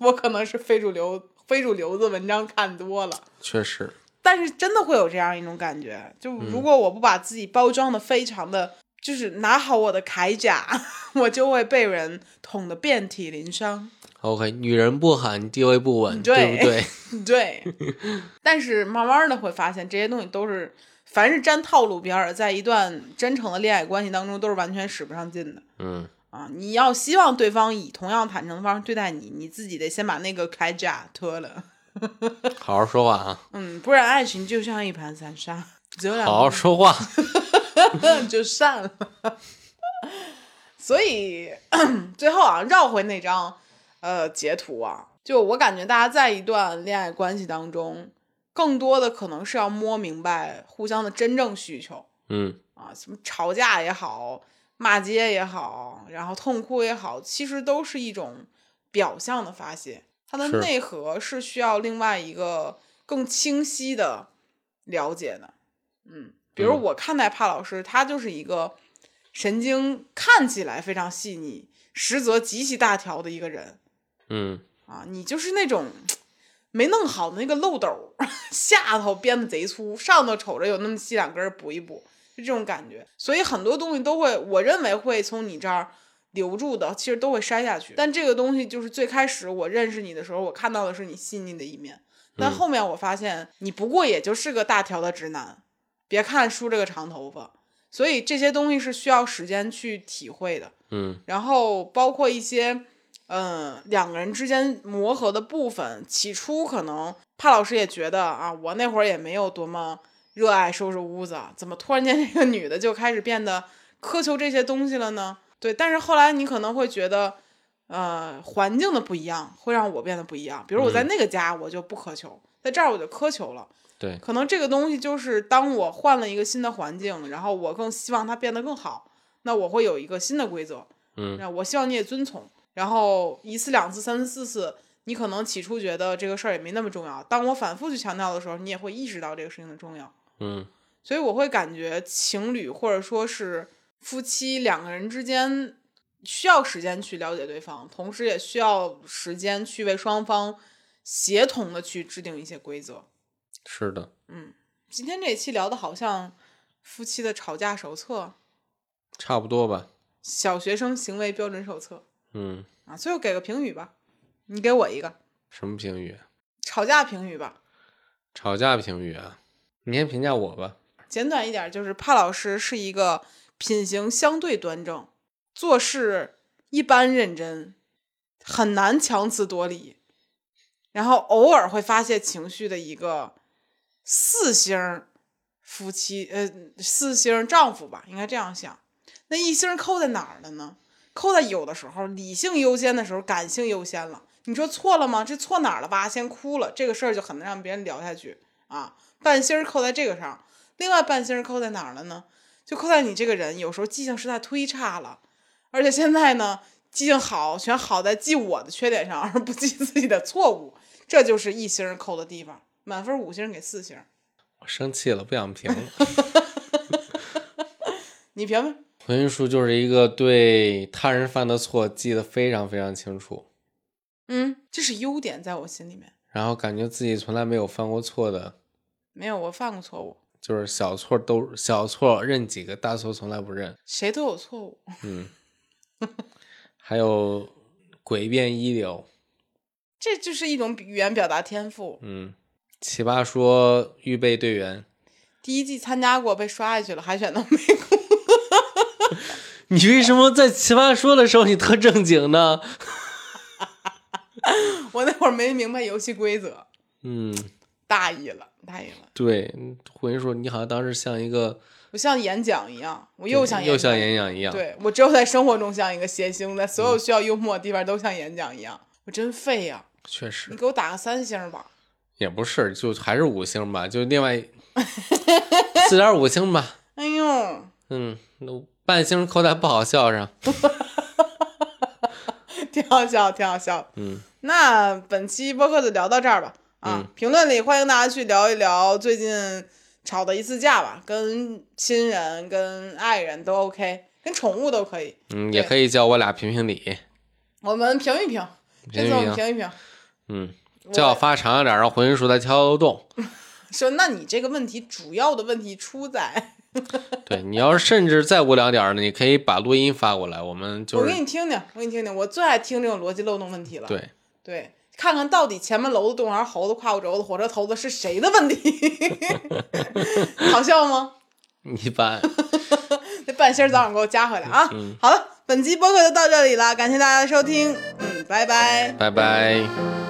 [SPEAKER 1] 我可能是非主流非主流子文章看多了。
[SPEAKER 2] 确实，
[SPEAKER 1] 但是真的会有这样一种感觉，就如果我不把自己包装的非常的，就是拿好我的铠甲， 我就会被人捅得遍体鳞伤。
[SPEAKER 2] OK，女人不喊，地位不稳，
[SPEAKER 1] 对
[SPEAKER 2] 对不对？
[SPEAKER 1] 对，但是慢慢的会发现这些东西都是，凡是沾套路边儿，在一段真诚的恋爱关系当中，都是完全使不上劲的
[SPEAKER 2] 嗯，
[SPEAKER 1] 啊！你要希望对方以同样坦诚的方式对待你，你自己得先把那个铠甲脱了，
[SPEAKER 2] 好好说话啊，
[SPEAKER 1] 嗯，不然爱情就像一盘散沙，只有两
[SPEAKER 2] 好好说话。
[SPEAKER 1] 就散了。所以 最后啊，绕回那张呃截图啊，就我感觉大家在一段恋爱关系当中，更多的可能是要摸明白互相的真正需求
[SPEAKER 2] 嗯，
[SPEAKER 1] 啊，什么吵架也好，骂街也好，然后痛哭也好，其实都是一种表象的发泄，它的
[SPEAKER 2] 是
[SPEAKER 1] 内核是需要另外一个更清晰的了解的。嗯，比如
[SPEAKER 2] 嗯
[SPEAKER 1] 我看待帕老师，他就是一个神经看起来非常细腻，实则极其大条的一个人
[SPEAKER 2] 嗯，
[SPEAKER 1] 啊，你就是那种。没弄好的那个漏斗儿， 下头编的贼粗，上头瞅着有那么细两根儿补一补，就这种感觉。所以很多东西都会，我认为会从你这儿留住的，其实都会筛下去。但这个东西就是最开始我认识你的时候，我看到的是你细腻的一面，但后面我发现你不过也就是个大条的直男。别看梳这个长头发，所以这些东西是需要时间去体会的。
[SPEAKER 2] 嗯，
[SPEAKER 1] 然后包括一些。嗯，两个人之间磨合的部分，起初可能帕老师也觉得啊，我那会儿也没有多么热爱收拾屋子，啊怎么突然间这个女的就开始变得苛求这些东西了呢？对，但是后来你可能会觉得，呃，环境的不一样会让我变得不一样。比如我在那个家我就不苛求，在这儿我就苛求了。
[SPEAKER 2] 对
[SPEAKER 1] 可能这个东西就是当我换了一个新的环境，然后我更希望它变得更好，那我会有一个新的规则，
[SPEAKER 2] 嗯，
[SPEAKER 1] 那我希望你也遵从。然后一次、两次、三次、四次，你可能起初觉得这个事儿也没那么重要，当我反复去强调的时候，你也会意识到这个事情的重要。
[SPEAKER 2] 嗯，
[SPEAKER 1] 所以我会感觉情侣或者说是夫妻两个人之间需要时间去了解对方，同时也需要时间去为双方协同的去制定一些规则。
[SPEAKER 2] 是的，
[SPEAKER 1] 今天这一期聊的好像夫妻的吵架手册、
[SPEAKER 2] 差不多吧。
[SPEAKER 1] 小学生行为标准手册
[SPEAKER 2] 嗯，
[SPEAKER 1] 啊，最后给个评语吧，你给我一个
[SPEAKER 2] 什么评语？
[SPEAKER 1] 吵架评语吧，
[SPEAKER 2] 吵架评语啊？你先评价我吧。
[SPEAKER 1] 简短一点，就是帕老师是一个品行相对端正，做事一般认真，很难强词夺理，然后偶尔会发泄情绪的一个四星儿夫妻，呃，四星儿丈夫吧，应该这样想。那一星儿扣在哪儿了呢？扣在有的时候理性优先的时候，感性优先了。你说错了吗？这错哪儿了吧？先哭了，这个事儿就很难让别人聊下去啊。半星儿扣在这个上，另外半星儿扣在哪儿了呢？就扣在你这个人有时候记性实在忒差了，而且现在呢，记性好全好在记我的缺点上，而不记自己的错误，这就是一星儿扣的地方。满分五星儿给四星儿，
[SPEAKER 2] 我生气了，不想 评了。
[SPEAKER 1] 你评评。
[SPEAKER 2] 回音术就是一个对他人犯的错记得非常非常清楚，
[SPEAKER 1] 嗯，这是优点，在我心里面
[SPEAKER 2] 然后感觉自己从来没有犯过错的，
[SPEAKER 1] 没有我犯过错误，
[SPEAKER 2] 就是小错都小错认几个，大错从来不认。
[SPEAKER 1] 谁都有错误。
[SPEAKER 2] 嗯，还有诡辩一流，
[SPEAKER 1] 这就是一种语言表达天赋。
[SPEAKER 2] 嗯，奇葩说预备队员，
[SPEAKER 1] 第一季参加过，被刷下去了，海选都没过。
[SPEAKER 2] 你为什么在奇葩说的时候你特正经呢？
[SPEAKER 1] 我那会儿没明白游戏规则，
[SPEAKER 2] 嗯，
[SPEAKER 1] 大意了，大意了。
[SPEAKER 2] 对，回音说你好像当时像一个
[SPEAKER 1] 我像演讲一样，我又像
[SPEAKER 2] 又
[SPEAKER 1] 演
[SPEAKER 2] 像
[SPEAKER 1] 讲
[SPEAKER 2] 演讲一样，
[SPEAKER 1] 对我只有在生活中像一个谐星，在所有需要幽默的地方都像演讲一样，我真废呀、
[SPEAKER 2] 确实
[SPEAKER 1] 你给我打个三星吧，
[SPEAKER 2] 也不是，就还是五星吧，就 另外四点五星吧。
[SPEAKER 1] 哎呦，
[SPEAKER 2] 嗯，那半星扣在不好笑上。
[SPEAKER 1] 挺好笑，挺好笑。
[SPEAKER 2] 嗯，
[SPEAKER 1] 那本期播客就聊到这儿吧。啊，
[SPEAKER 2] 嗯
[SPEAKER 1] 评论里欢迎大家去聊一聊最近吵的一次架吧，跟亲人、跟爱人都 OK，跟宠物都可以。
[SPEAKER 2] 嗯，也
[SPEAKER 1] 对
[SPEAKER 2] 可以叫我俩评评理。
[SPEAKER 1] 我们评一评，这次我们
[SPEAKER 2] 评
[SPEAKER 1] 评一评。
[SPEAKER 2] 嗯，叫我发长一点，然后回音数再挑漏洞。
[SPEAKER 1] 说，那你这个问题主要的问题出在，
[SPEAKER 2] 对你要是甚至再无聊点儿呢，你可以把录音发过来，我们就
[SPEAKER 1] 我
[SPEAKER 2] 是
[SPEAKER 1] 给你听听，我给你听听，我最爱听这种逻辑漏洞问题了。
[SPEAKER 2] 对
[SPEAKER 1] 对看看到底前面篓子洞还是猴子胯骨轴子火车头子是谁的问题？ 好笑吗？
[SPEAKER 2] 一般。
[SPEAKER 1] 那半仙儿早点给我加回来啊！好了，本期播客就到这里了，感谢大家的收听，嗯，拜拜。
[SPEAKER 2] 拜拜。